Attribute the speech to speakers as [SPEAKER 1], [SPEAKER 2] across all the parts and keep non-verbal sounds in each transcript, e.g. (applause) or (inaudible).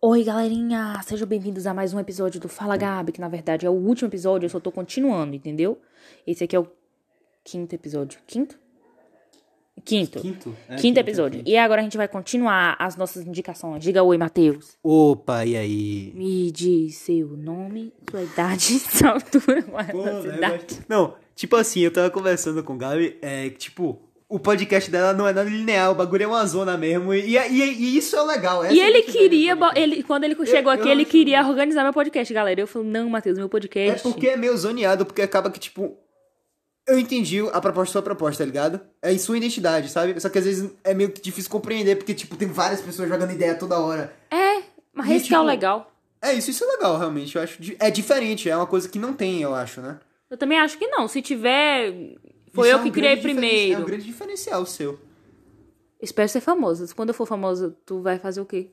[SPEAKER 1] Oi, galerinha! Sejam bem-vindos a mais um episódio do Fala Gabi, que na verdade é o último episódio, eu só tô continuando, entendeu? Esse aqui é o quinto episódio. Quinto? Quinto.
[SPEAKER 2] Quinto? É,
[SPEAKER 1] quinto episódio. E agora a gente vai continuar as nossas indicações. Diga oi, Matheus.
[SPEAKER 2] Opa, e aí?
[SPEAKER 1] Me diz seu nome, sua idade, (laughs) sua altura, qual é a
[SPEAKER 2] Pô,
[SPEAKER 1] sua
[SPEAKER 2] né,
[SPEAKER 1] cidade.
[SPEAKER 2] mas- Não, tipo assim, eu tava conversando com o Gabi, é que, tipo, o podcast dela não é nada linear, o bagulho é uma zona mesmo, e, e- e isso é o legal. essa
[SPEAKER 1] E
[SPEAKER 2] é a
[SPEAKER 1] ele
[SPEAKER 2] parte boa do
[SPEAKER 1] queria, bo-
[SPEAKER 2] podcast.
[SPEAKER 1] ele, quando ele chegou
[SPEAKER 2] eu
[SPEAKER 1] aqui, ele
[SPEAKER 2] acho-
[SPEAKER 1] queria organizar meu podcast, galera. Eu falo, não, Matheus, meu
[SPEAKER 2] É
[SPEAKER 1] podcast.
[SPEAKER 2] porque é meio zoneado, porque acaba que, tipo, eu entendi a proposta, sua proposta, tá ligado? É em sua identidade, sabe? Só que às vezes é meio que difícil compreender, porque, tipo, tem várias pessoas jogando ideia toda hora.
[SPEAKER 1] É, mas
[SPEAKER 2] E,
[SPEAKER 1] esse que é o
[SPEAKER 2] tipo,
[SPEAKER 1] legal.
[SPEAKER 2] É isso, isso é legal, realmente. Eu acho. di- É diferente, é uma coisa que não tem, eu acho, né?
[SPEAKER 1] Eu também acho que não. Se tiver, foi
[SPEAKER 2] Isso
[SPEAKER 1] eu
[SPEAKER 2] é
[SPEAKER 1] que
[SPEAKER 2] um
[SPEAKER 1] criei
[SPEAKER 2] grande diferen- É um
[SPEAKER 1] primeiro.
[SPEAKER 2] grande diferencial seu.
[SPEAKER 1] Espero ser famosa. Quando eu for famosa, tu vai fazer o quê?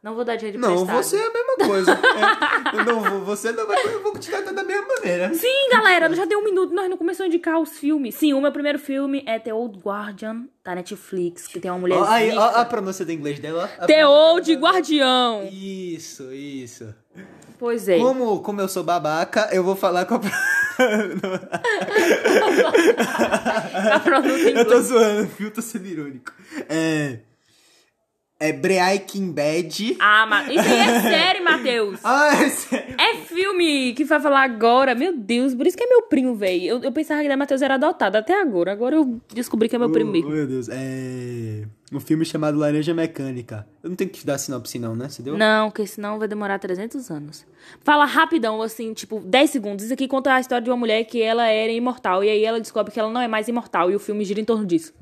[SPEAKER 1] Não vou dar dinheiro
[SPEAKER 2] Não,
[SPEAKER 1] emprestado.
[SPEAKER 2] você é a mesma coisa. É, eu não, vou- você não vai. Eu vou te tratar da mesma maneira.
[SPEAKER 1] Sim, galera, já deu um minuto, nós não começamos a indicar os filmes. Sim, o meu primeiro filme é The Old Guardian, da Netflix, que tem uma mulher.
[SPEAKER 2] Ó, aí, ó,
[SPEAKER 1] rica.
[SPEAKER 2] a pronúncia do inglês dela. ó, a
[SPEAKER 1] The
[SPEAKER 2] pronúncia
[SPEAKER 1] Old
[SPEAKER 2] dela.
[SPEAKER 1] Guardião.
[SPEAKER 2] Isso, isso.
[SPEAKER 1] Pois é.
[SPEAKER 2] Como, como eu sou babaca, eu vou falar com a. pro-
[SPEAKER 1] (laughs) A pronúncia em
[SPEAKER 2] eu tô
[SPEAKER 1] inglês.
[SPEAKER 2] zoando, viu? Tô sendo irônico. É. É Breaking Bad.
[SPEAKER 1] Ah, mas isso aí é série, Matheus.
[SPEAKER 2] Ah, (laughs) é sério.
[SPEAKER 1] É filme que vai falar agora. Meu Deus, por isso que é meu primo, velho. Eu, eu pensava que o Matheus era adotado até agora. Agora eu descobri que é meu primo
[SPEAKER 2] Oh,
[SPEAKER 1] mesmo.
[SPEAKER 2] Meu Deus. É. Um filme chamado Laranja Mecânica. Eu não tenho que te dar sinopse, não, né? Você deu?
[SPEAKER 1] Não, porque senão vai demorar 300 anos. Fala rapidão, assim, tipo, 10 segundos. Isso aqui conta a história de uma mulher que ela era imortal. E aí ela descobre que ela não é mais imortal. E o filme gira em torno disso.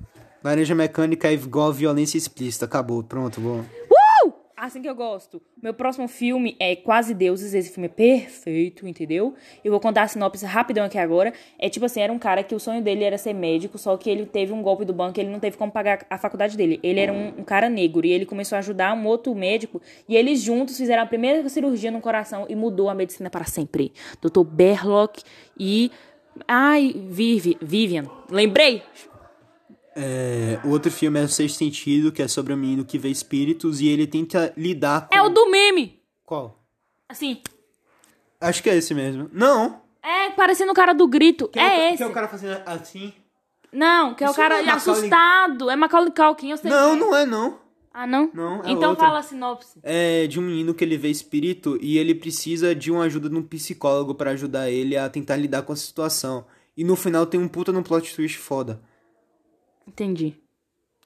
[SPEAKER 2] Laranja Mecânica é igual a violência explícita. Acabou. Pronto, bom.
[SPEAKER 1] Uh! Assim que eu gosto. Meu próximo filme é Quase Deuses. Esse filme é perfeito, entendeu? Eu vou contar a sinopse rapidão aqui agora. É tipo assim, era um cara que o sonho dele era ser médico, só que ele teve um golpe do banco e ele não teve como pagar a faculdade dele. Ele era um, um cara negro e ele começou a ajudar um outro médico e eles juntos fizeram a primeira cirurgia no coração e mudou a medicina para sempre. Dr. Berlock e... Ai, Vivi, Vivian. Lembrei?
[SPEAKER 2] É, o outro filme é O Sexto Sentido, que é sobre um menino que vê espíritos e ele tenta lidar com...
[SPEAKER 1] É o do meme.
[SPEAKER 2] Qual?
[SPEAKER 1] Assim,
[SPEAKER 2] Acho que é esse mesmo. Não!
[SPEAKER 1] é parecendo o cara do grito.
[SPEAKER 2] Que
[SPEAKER 1] é
[SPEAKER 2] o-
[SPEAKER 1] esse.
[SPEAKER 2] Que é o cara fazendo assim?
[SPEAKER 1] Não, que é o
[SPEAKER 2] Isso
[SPEAKER 1] cara
[SPEAKER 2] não é Macaulay-
[SPEAKER 1] assustado. É Macaulay Culkin, eu sei.
[SPEAKER 2] Não,
[SPEAKER 1] que é.
[SPEAKER 2] não é não.
[SPEAKER 1] Ah, não?
[SPEAKER 2] Não, é
[SPEAKER 1] Então
[SPEAKER 2] outra.
[SPEAKER 1] fala a sinopse.
[SPEAKER 2] É de um menino que ele vê espírito e ele precisa de uma ajuda de um psicólogo pra ajudar ele a tentar lidar com a situação. E no final tem um puta num plot twist foda.
[SPEAKER 1] Entendi.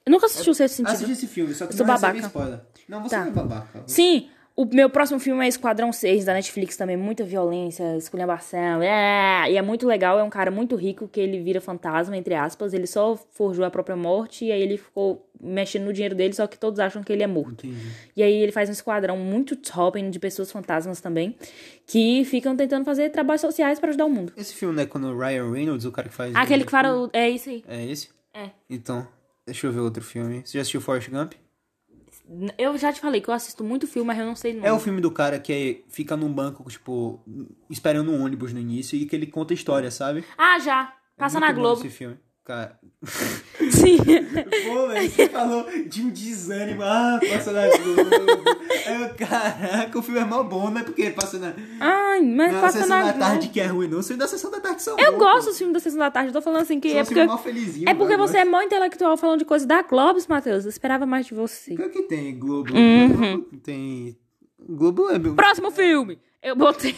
[SPEAKER 1] Eu nunca assisti o Sexto Sentido.
[SPEAKER 2] Assiste esse filme, só que
[SPEAKER 1] Eu sou
[SPEAKER 2] não recebe
[SPEAKER 1] babaca.
[SPEAKER 2] spoiler. Não, você
[SPEAKER 1] Tá.
[SPEAKER 2] não é babaca.
[SPEAKER 1] Sim, o meu próximo filme é Esquadrão 6, da Netflix também. Muita violência, esculhambação. É, e é muito legal, é um cara muito rico que ele vira fantasma, entre aspas. Ele só forjou a própria morte e aí ele ficou mexendo no dinheiro dele, só que todos acham que ele é morto.
[SPEAKER 2] Entendi.
[SPEAKER 1] E aí ele faz um esquadrão muito top de pessoas fantasmas também, que ficam tentando fazer trabalhos sociais pra ajudar o mundo.
[SPEAKER 2] Esse filme não é quando o Ryan Reynolds, o cara que faz...
[SPEAKER 1] Aquele
[SPEAKER 2] o-
[SPEAKER 1] que fala. o- É isso aí.
[SPEAKER 2] É esse?
[SPEAKER 1] É.
[SPEAKER 2] Então, deixa eu ver outro filme. Você já assistiu Forrest Gump?
[SPEAKER 1] N- Eu já te falei que eu assisto muito filme, mas eu não sei não.
[SPEAKER 2] É o filme do cara que fica num banco, tipo, esperando um ônibus no início e que ele conta história, sabe?
[SPEAKER 1] Ah, já. Passa
[SPEAKER 2] É
[SPEAKER 1] na
[SPEAKER 2] muito bom
[SPEAKER 1] Globo.
[SPEAKER 2] Esse filme. Cara.
[SPEAKER 1] Sim.
[SPEAKER 2] Pô, velho, você falou de um desânimo. Ah, passa na Globo. Eu, caraca, o filme é mó bom, não é porque passa na,
[SPEAKER 1] Ai, mas
[SPEAKER 2] na
[SPEAKER 1] passa
[SPEAKER 2] sessão
[SPEAKER 1] na
[SPEAKER 2] da
[SPEAKER 1] Globo.
[SPEAKER 2] tarde que é ruim, não. Os filmes da sessão da tarde são
[SPEAKER 1] Eu
[SPEAKER 2] bons,
[SPEAKER 1] gosto
[SPEAKER 2] pô.
[SPEAKER 1] dos filmes da Sessão da Tarde. Eu tô falando assim que
[SPEAKER 2] São
[SPEAKER 1] é
[SPEAKER 2] uns
[SPEAKER 1] porque.
[SPEAKER 2] filmes Então, mó felizinhos,
[SPEAKER 1] É porque
[SPEAKER 2] cara,
[SPEAKER 1] você é mó intelectual falando de coisa da Globes, Matheus. Eu esperava mais de você.
[SPEAKER 2] Pior que tem Globo.
[SPEAKER 1] Uhum.
[SPEAKER 2] Globo Tem. Globo é meu.
[SPEAKER 1] Próximo filme! Eu
[SPEAKER 2] (laughs)
[SPEAKER 1] botei.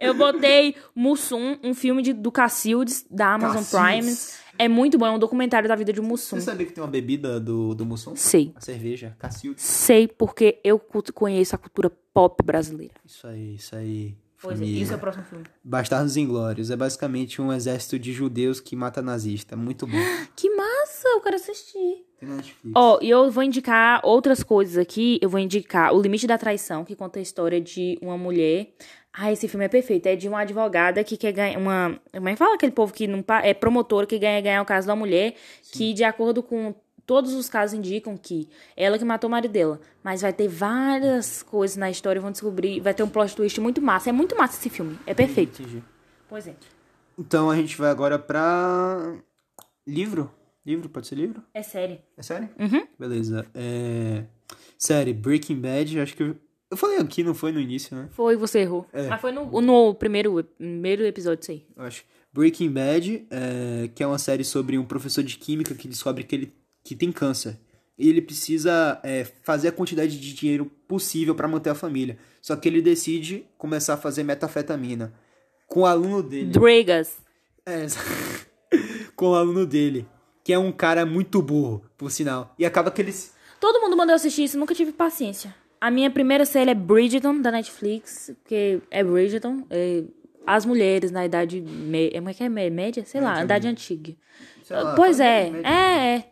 [SPEAKER 1] eu botei Mussum, um filme de, do Cacildes, da Amazon
[SPEAKER 2] Cacildes.
[SPEAKER 1] Prime. É muito bom, é um documentário da vida de Mussum.
[SPEAKER 2] Você sabia que tem uma bebida do, do Mussum?
[SPEAKER 1] Sei.
[SPEAKER 2] A cerveja, Cacilda.
[SPEAKER 1] Sei porque eu cu- conheço a cultura pop brasileira.
[SPEAKER 2] Isso aí, isso aí.
[SPEAKER 1] Pois é,
[SPEAKER 2] família.
[SPEAKER 1] isso é o próximo filme.
[SPEAKER 2] Bastardos Inglórios. É basicamente um exército de judeus que mata nazista. Muito bom.
[SPEAKER 1] Que massa, eu quero assistir.
[SPEAKER 2] Tem na Netflix.
[SPEAKER 1] Ó, e eu vou indicar outras coisas aqui. Eu vou indicar O Limite da Traição, que conta a história de uma mulher. Ah, esse filme é perfeito. É de uma advogada que quer ganhar uma. Mãe fala aquele povo que não pa- é promotor que ganha ganhar o caso da mulher, que de acordo com todos os casos indicam que ela que matou o marido dela. Mas vai ter várias coisas na história, vão descobrir, vai ter um plot twist muito massa. É muito massa esse filme, é perfeito.
[SPEAKER 2] Entendi.
[SPEAKER 1] Pois é.
[SPEAKER 2] Então a gente vai agora pra. Livro? Livro? Pode ser livro?
[SPEAKER 1] É série.
[SPEAKER 2] É sério?
[SPEAKER 1] Uhum.
[SPEAKER 2] Beleza. É, Série Breaking Bad, acho que. Eu, eu falei aqui, não foi no início, né?
[SPEAKER 1] Foi, você errou.
[SPEAKER 2] É.
[SPEAKER 1] Mas Ah, foi no, no primeiro, primeiro episódio, isso aí.
[SPEAKER 2] Eu acho. Breaking Bad, é, que é uma série sobre um professor de química que descobre que ele que tem câncer. E ele precisa é, fazer a quantidade de dinheiro possível para manter a família. Só que ele decide começar a fazer metafetamina. Com o aluno dele.
[SPEAKER 1] Dragas.
[SPEAKER 2] É, (laughs) exa- com o aluno dele. Que é um cara muito burro, por sinal. E acaba que eles.
[SPEAKER 1] Todo mundo mandou eu assistir isso, nunca tive paciência. A minha primeira série é Bridgerton, da Netflix, que é Bridgerton. é as mulheres na idade. Me... é, Como é que é? Me- Média? Sei lá, idade antiga.
[SPEAKER 2] Sei lá, tá
[SPEAKER 1] pois é,
[SPEAKER 2] média.
[SPEAKER 1] é, é.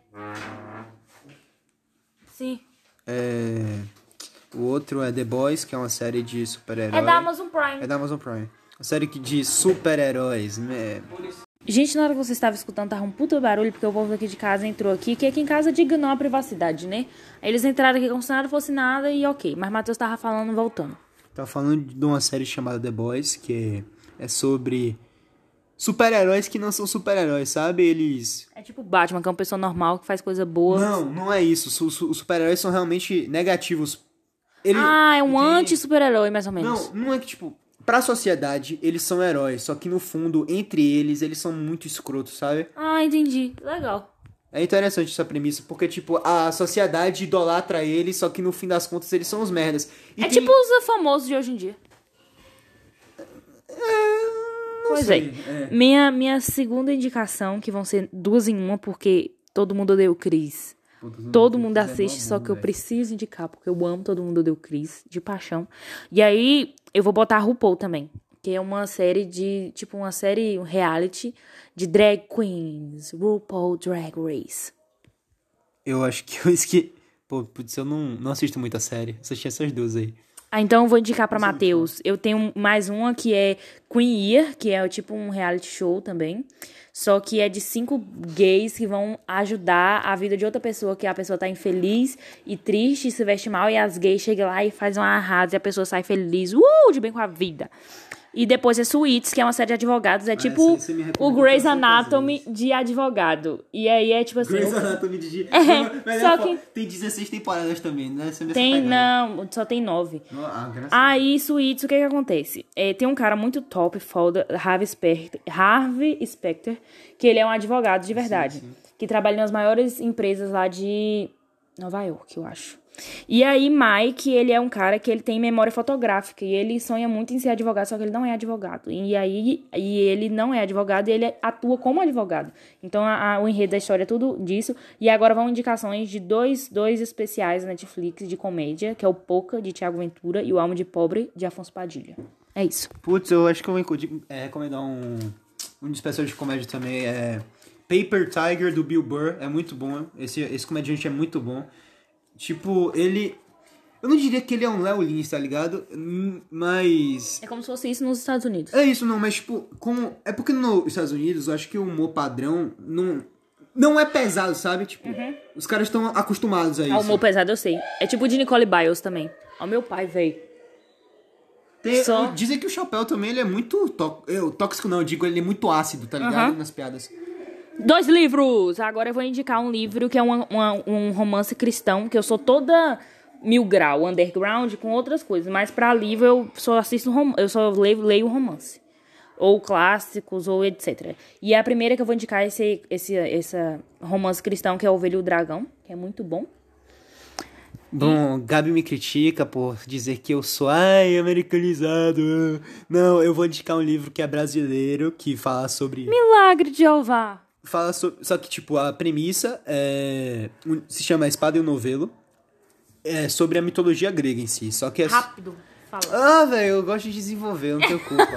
[SPEAKER 1] Sim.
[SPEAKER 2] É, O outro é The Boys, que é uma série de super-heróis.
[SPEAKER 1] É da Amazon Prime.
[SPEAKER 2] É da Amazon Prime. Uma série que de super-heróis. né?
[SPEAKER 1] Gente, na hora que você estava escutando, tava um puta barulho, porque o povo aqui de casa entrou aqui, que aqui em casa diga não à privacidade, né? Aí Eles entraram aqui como se nada fosse nada e ok. Mas Matheus tava falando voltando.
[SPEAKER 2] Tá falando de uma série chamada The Boys, que é sobre super-heróis que não são super-heróis, sabe? Eles.
[SPEAKER 1] É tipo Batman, que é uma pessoa normal que faz coisa boa.
[SPEAKER 2] Não, não é isso. Su- su- Os super-heróis são realmente negativos. Ele-
[SPEAKER 1] Ah, é um
[SPEAKER 2] Entende?
[SPEAKER 1] anti-super-herói, mais ou menos.
[SPEAKER 2] Não, não é que, tipo, pra sociedade eles são heróis, só que no fundo, entre eles, eles são muito escrotos, sabe?
[SPEAKER 1] Ah, entendi. Legal.
[SPEAKER 2] É interessante essa premissa, porque, tipo, a sociedade idolatra eles, só que no fim das contas eles são os merdas. E
[SPEAKER 1] é
[SPEAKER 2] tem-
[SPEAKER 1] tipo os famosos de hoje em dia.
[SPEAKER 2] Não
[SPEAKER 1] pois
[SPEAKER 2] sei,
[SPEAKER 1] é. Minha, minha segunda indicação, que vão ser duas em uma, porque todo mundo odeia o Cris.
[SPEAKER 2] Hum,
[SPEAKER 1] Todo mundo
[SPEAKER 2] é
[SPEAKER 1] assiste, só que eu preciso indicar, porque eu amo Todo Mundo Deu Cris, de paixão. E aí, eu vou botar a RuPaul também, que é uma série de, tipo, uma série, um reality de drag queens, RuPaul Drag Race.
[SPEAKER 2] Eu acho que eu (laughs) esque... Pô, putz, eu não, não assisto muita série. Assisti essas duas aí.
[SPEAKER 1] Ah, então eu vou indicar pra Matheus. Eu tenho mais uma que é Queen Year, que é tipo um reality show também. Só que é de cinco gays que vão ajudar a vida de outra pessoa, que a pessoa tá infeliz e triste, se veste mal, e as gays chegam lá e fazem uma arrasa e a pessoa sai feliz, uh, de bem com a vida. E depois é Suits, que é uma série de advogados. É
[SPEAKER 2] essa
[SPEAKER 1] tipo
[SPEAKER 2] aí você Ah, me
[SPEAKER 1] o
[SPEAKER 2] recomendou
[SPEAKER 1] Grey's
[SPEAKER 2] tantas
[SPEAKER 1] Anatomy de advogado. E aí é tipo assim.
[SPEAKER 2] (laughs) Grey's
[SPEAKER 1] o-
[SPEAKER 2] Anatomy de dia.
[SPEAKER 1] É, só que-
[SPEAKER 2] Tem 16 temporadas também, né? Essa é a mesma
[SPEAKER 1] Tem,
[SPEAKER 2] pegada.
[SPEAKER 1] não, só tem nove.
[SPEAKER 2] Ah, graças a
[SPEAKER 1] Aí, Suítes, o que que acontece? É, tem um cara muito top, foda, Harvey Specter, Harvey Specter, que ele é um advogado de verdade. Que trabalha nas maiores empresas lá de Nova York, eu acho. E aí, Mike, ele é um cara que ele tem memória fotográfica e ele sonha muito em ser advogado, só que ele não é advogado. E aí, e ele não é advogado e ele atua como advogado. Então, a- a- o enredo da história é tudo disso. E agora vão indicações de dois, dois especiais na Netflix de comédia, que é o Poca, de Tiago Ventura, e o Alma de Pobre, de Afonso Padilha. É isso.
[SPEAKER 2] Putz, eu acho que eu vou encu- é, recomendar um, um dos especiais de comédia também. É Paper Tiger do Bill Burr. É muito bom. Esse, esse comediante é muito bom. Tipo, ele. Eu não diria que ele é um Léo Lins, tá ligado? Hum, Mas.
[SPEAKER 1] É como se fosse isso nos Estados Unidos.
[SPEAKER 2] É isso, não, mas tipo, como. É porque nos Estados Unidos eu acho que o humor padrão não. Não é pesado, sabe? Tipo, os caras estão acostumados a isso.
[SPEAKER 1] Ah, o humor pesado eu sei. É tipo o de Nicole Biles também. Ó, meu pai, véi.
[SPEAKER 2] Tem-
[SPEAKER 1] Só-
[SPEAKER 2] Dizem que o chapéu também ele é muito tó- eu, tóxico, não, eu digo ele é muito ácido, tá ligado?
[SPEAKER 1] Aham.
[SPEAKER 2] Nas piadas.
[SPEAKER 1] Dois livros! Agora eu vou indicar um livro que é uma- uma- um romance cristão, que eu sou toda mil grau, underground, com outras coisas. Mas pra livro eu só assisto rom- eu só leio, leio romance. Ou clássicos, ou etc. E a primeira que eu vou indicar é esse, esse essa romance cristão, que é Ovelha e o Dragão, que é muito bom.
[SPEAKER 2] Bom, Gabi me critica por dizer que eu sou ai, americanizado. Não, eu vou indicar um livro que é brasileiro, que fala sobre.
[SPEAKER 1] Milagre de Jeová!
[SPEAKER 2] Fala sobre. Só que, tipo, a premissa é. um- Se chama A Espada e o Novelo. É sobre a mitologia grega em si. Só que é.
[SPEAKER 1] Rápido, fala.
[SPEAKER 2] Ah, velho, eu gosto de desenvolver, eu não tenho
[SPEAKER 1] (laughs)
[SPEAKER 2] culpa.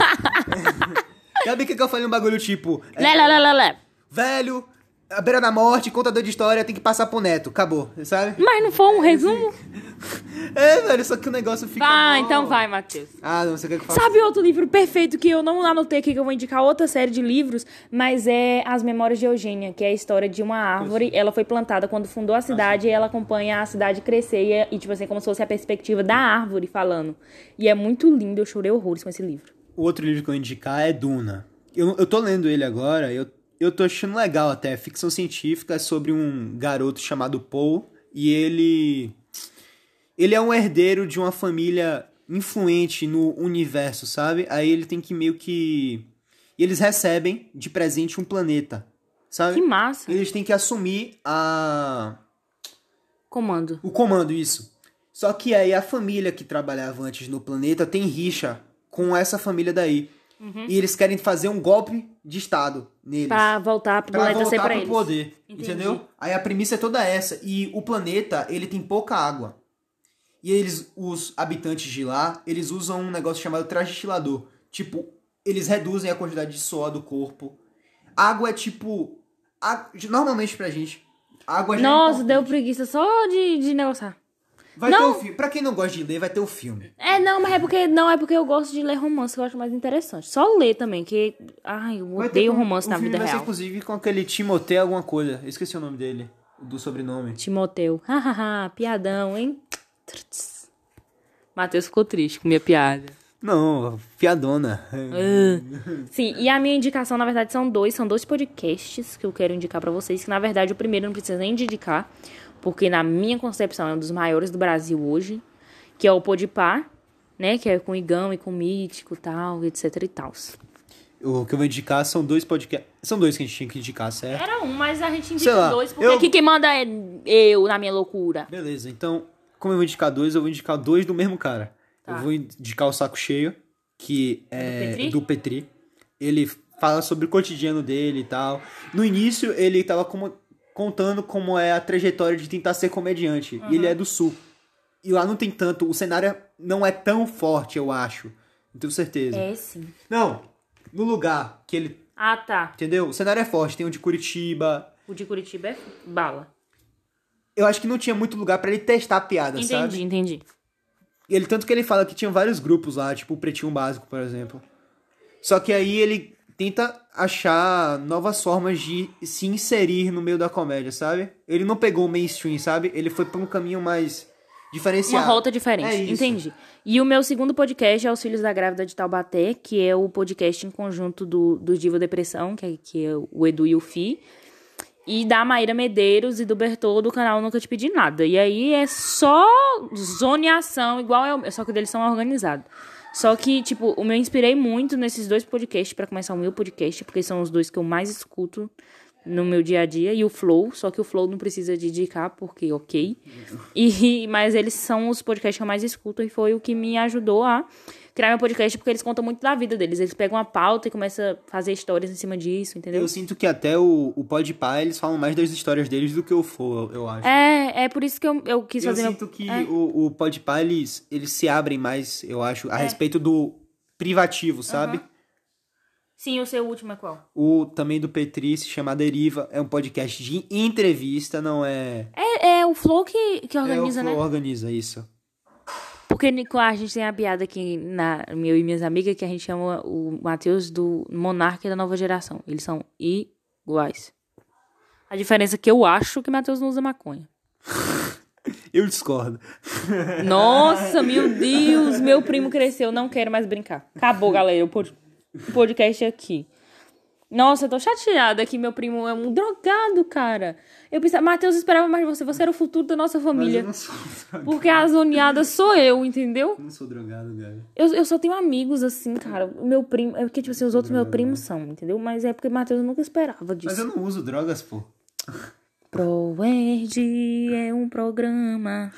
[SPEAKER 2] Sabe o que, que eu falei um bagulho tipo? é,
[SPEAKER 1] Lé, lé, lé, lé, lé.
[SPEAKER 2] velho, à beira da morte, contador de história, tem que passar pro neto. Acabou, sabe?
[SPEAKER 1] Mas não foi um resumo?
[SPEAKER 2] É, velho, só que o negócio fica.
[SPEAKER 1] Ah,
[SPEAKER 2] mó-
[SPEAKER 1] então vai, Matheus.
[SPEAKER 2] Ah, não, você quer que eu fale?
[SPEAKER 1] Sabe outro livro perfeito que eu não anotei aqui, que eu vou indicar outra série de livros, mas é As Memórias de Eugênia, que é a história de uma árvore. Ela foi plantada quando fundou a cidade e ela acompanha a cidade crescer e é- e, tipo assim, como se fosse a perspectiva da árvore falando. E é muito lindo, eu chorei horrores com esse livro.
[SPEAKER 2] O outro livro que eu vou indicar é Duna. Eu, eu tô lendo ele agora, eu, eu tô achando legal até. É Ficção científica é sobre um garoto chamado Paul e ele. Ele é um herdeiro de uma família influente no universo, sabe? Aí ele tem que meio que. E eles recebem de presente um planeta, sabe?
[SPEAKER 1] Que massa.
[SPEAKER 2] Eles têm que assumir a
[SPEAKER 1] Comando.
[SPEAKER 2] o comando, isso. Só que aí a família que trabalhava antes no planeta tem rixa com essa família daí. E eles querem fazer um golpe de estado neles.
[SPEAKER 1] Uhum. Pra voltar pro
[SPEAKER 2] Pra
[SPEAKER 1] planeta
[SPEAKER 2] voltar
[SPEAKER 1] ser pra
[SPEAKER 2] pro
[SPEAKER 1] eles.
[SPEAKER 2] poder,
[SPEAKER 1] Entendi.
[SPEAKER 2] entendeu? Aí a premissa é toda essa. E o planeta, ele tem pouca água. E eles, os habitantes de lá, eles usam um negócio chamado transdestilador. Tipo, eles reduzem a quantidade de suor do corpo. Água é tipo... A, normalmente pra gente, água já é
[SPEAKER 1] Nossa,
[SPEAKER 2] importante.
[SPEAKER 1] deu preguiça só de, de negociar.
[SPEAKER 2] Vai
[SPEAKER 1] Não.
[SPEAKER 2] ter um filme. Pra quem não gosta de ler, vai ter um filme.
[SPEAKER 1] É, não, mas é porque não é porque eu gosto de ler romance, eu acho mais interessante. Só ler também, que ai, eu
[SPEAKER 2] Vai ter
[SPEAKER 1] odeio
[SPEAKER 2] um-
[SPEAKER 1] romance
[SPEAKER 2] um
[SPEAKER 1] na
[SPEAKER 2] filme
[SPEAKER 1] vida
[SPEAKER 2] vai ser,
[SPEAKER 1] real.
[SPEAKER 2] inclusive, com aquele Timotei alguma coisa. Eu esqueci o nome dele, do sobrenome.
[SPEAKER 1] Timoteu. Hahaha, piadão, hein? Truts. Matheus ficou triste com minha piada.
[SPEAKER 2] Não, piadona.
[SPEAKER 1] É. Ah. Sim, e a minha indicação, na verdade, são dois. São dois podcasts que eu quero indicar pra vocês. Que, na verdade, o primeiro não precisa nem de indicar. Porque, na minha concepção, é um dos maiores do Brasil hoje. Que é o Podpah, né? Que é com o Igão e com o Mítico e tal, etc e tal.
[SPEAKER 2] O que eu vou indicar são dois podcasts. São dois que a gente tinha que indicar, certo?
[SPEAKER 1] Era um, mas a gente
[SPEAKER 2] Sei
[SPEAKER 1] indica
[SPEAKER 2] lá,
[SPEAKER 1] dois. Porque
[SPEAKER 2] eu-
[SPEAKER 1] aqui quem manda é eu, na minha loucura.
[SPEAKER 2] Beleza, então, como eu vou indicar dois, eu vou indicar dois do mesmo cara.
[SPEAKER 1] Tá.
[SPEAKER 2] Eu vou indicar o Saco Cheio, que é
[SPEAKER 1] Petri?
[SPEAKER 2] do Petri. Ele fala sobre o cotidiano dele e tal. No início, ele tava como- contando como é a trajetória de tentar ser comediante. E
[SPEAKER 1] Uhum.
[SPEAKER 2] ele é do Sul. E lá não tem tanto, o cenário não é tão forte, eu acho. Não tenho certeza.
[SPEAKER 1] É, sim.
[SPEAKER 2] Não, no lugar que ele.
[SPEAKER 1] Ah, tá.
[SPEAKER 2] Entendeu? O cenário é forte, tem o de Curitiba,
[SPEAKER 1] O de Curitiba é bala.
[SPEAKER 2] eu acho que não tinha muito lugar pra ele testar a piada,
[SPEAKER 1] Entendi,
[SPEAKER 2] sabe?
[SPEAKER 1] entendi.
[SPEAKER 2] Ele tanto que ele fala que tinha vários grupos lá, tipo o Pretinho Básico, por exemplo. Só que aí ele tenta achar novas formas de se inserir no meio da comédia, sabe? Ele não pegou o mainstream, sabe? Ele foi pra um caminho mais
[SPEAKER 1] Uma
[SPEAKER 2] diferenciado.
[SPEAKER 1] rota diferente,
[SPEAKER 2] É isso.
[SPEAKER 1] entendi. E o meu segundo podcast é Os Filhos da Grávida de Taubaté, que é o podcast em conjunto do, do Diva Depressão, que é, que é o Edu e o Fi, e da Maíra Medeiros e do Bertô do canal Nunca Te Pedi Nada. E aí é só zoneação, igual é o- só que o deles são organizados. Só que, tipo, eu me inspirei muito nesses dois podcasts pra começar o meu podcast, porque são os dois que eu mais escuto no meu dia a dia. E o Flow, só que o Flow não precisa de indicar, porque ok. E, mas eles são os podcasts que eu mais escuto e foi o que me ajudou a criar meu podcast, porque eles contam muito da vida deles. Eles pegam a pauta e começam a fazer histórias em cima disso, entendeu?
[SPEAKER 2] Eu sinto que até o, o Podpah, eles falam mais das histórias deles do que o Flow, eu acho.
[SPEAKER 1] É, é por isso que eu, eu quis
[SPEAKER 2] eu
[SPEAKER 1] fazer meu...
[SPEAKER 2] sinto que o, o Podpah, eles, eles se abrem mais, eu acho,
[SPEAKER 1] É.
[SPEAKER 2] a respeito do privativo, sabe?
[SPEAKER 1] Sim, o seu último é qual?
[SPEAKER 2] O também do Petri se chama Deriva. É um podcast de entrevista, não é.
[SPEAKER 1] É, é o Flow que, que organiza,
[SPEAKER 2] é o
[SPEAKER 1] né?
[SPEAKER 2] Flow organiza isso.
[SPEAKER 1] Porque Nico, a gente tem a piada aqui, na, meu e minhas amigas, que a gente chama o Matheus do monarca da nova geração. Eles são iguais. A diferença é que eu acho que Matheus não usa maconha.
[SPEAKER 2] Eu discordo.
[SPEAKER 1] Nossa, meu Deus, meu primo cresceu, não quero mais brincar. Acabou, galera, o pod- o podcast é aqui. Nossa, eu tô chateada que meu primo é um drogado, cara. Eu pensava, Matheus, eu esperava mais de você, você era o futuro da nossa
[SPEAKER 2] Mas eu
[SPEAKER 1] família.
[SPEAKER 2] não sou (laughs) drogado.
[SPEAKER 1] Porque a zoneada sou eu, entendeu?
[SPEAKER 2] Não sou drogado, cara.
[SPEAKER 1] Eu, eu só tenho amigos assim, cara. O Meu primo. É porque, tipo assim, os outros meus primos são, entendeu? Mas é porque o Matheus nunca esperava disso.
[SPEAKER 2] Mas eu não uso drogas, pô.
[SPEAKER 1] ProErd é um programa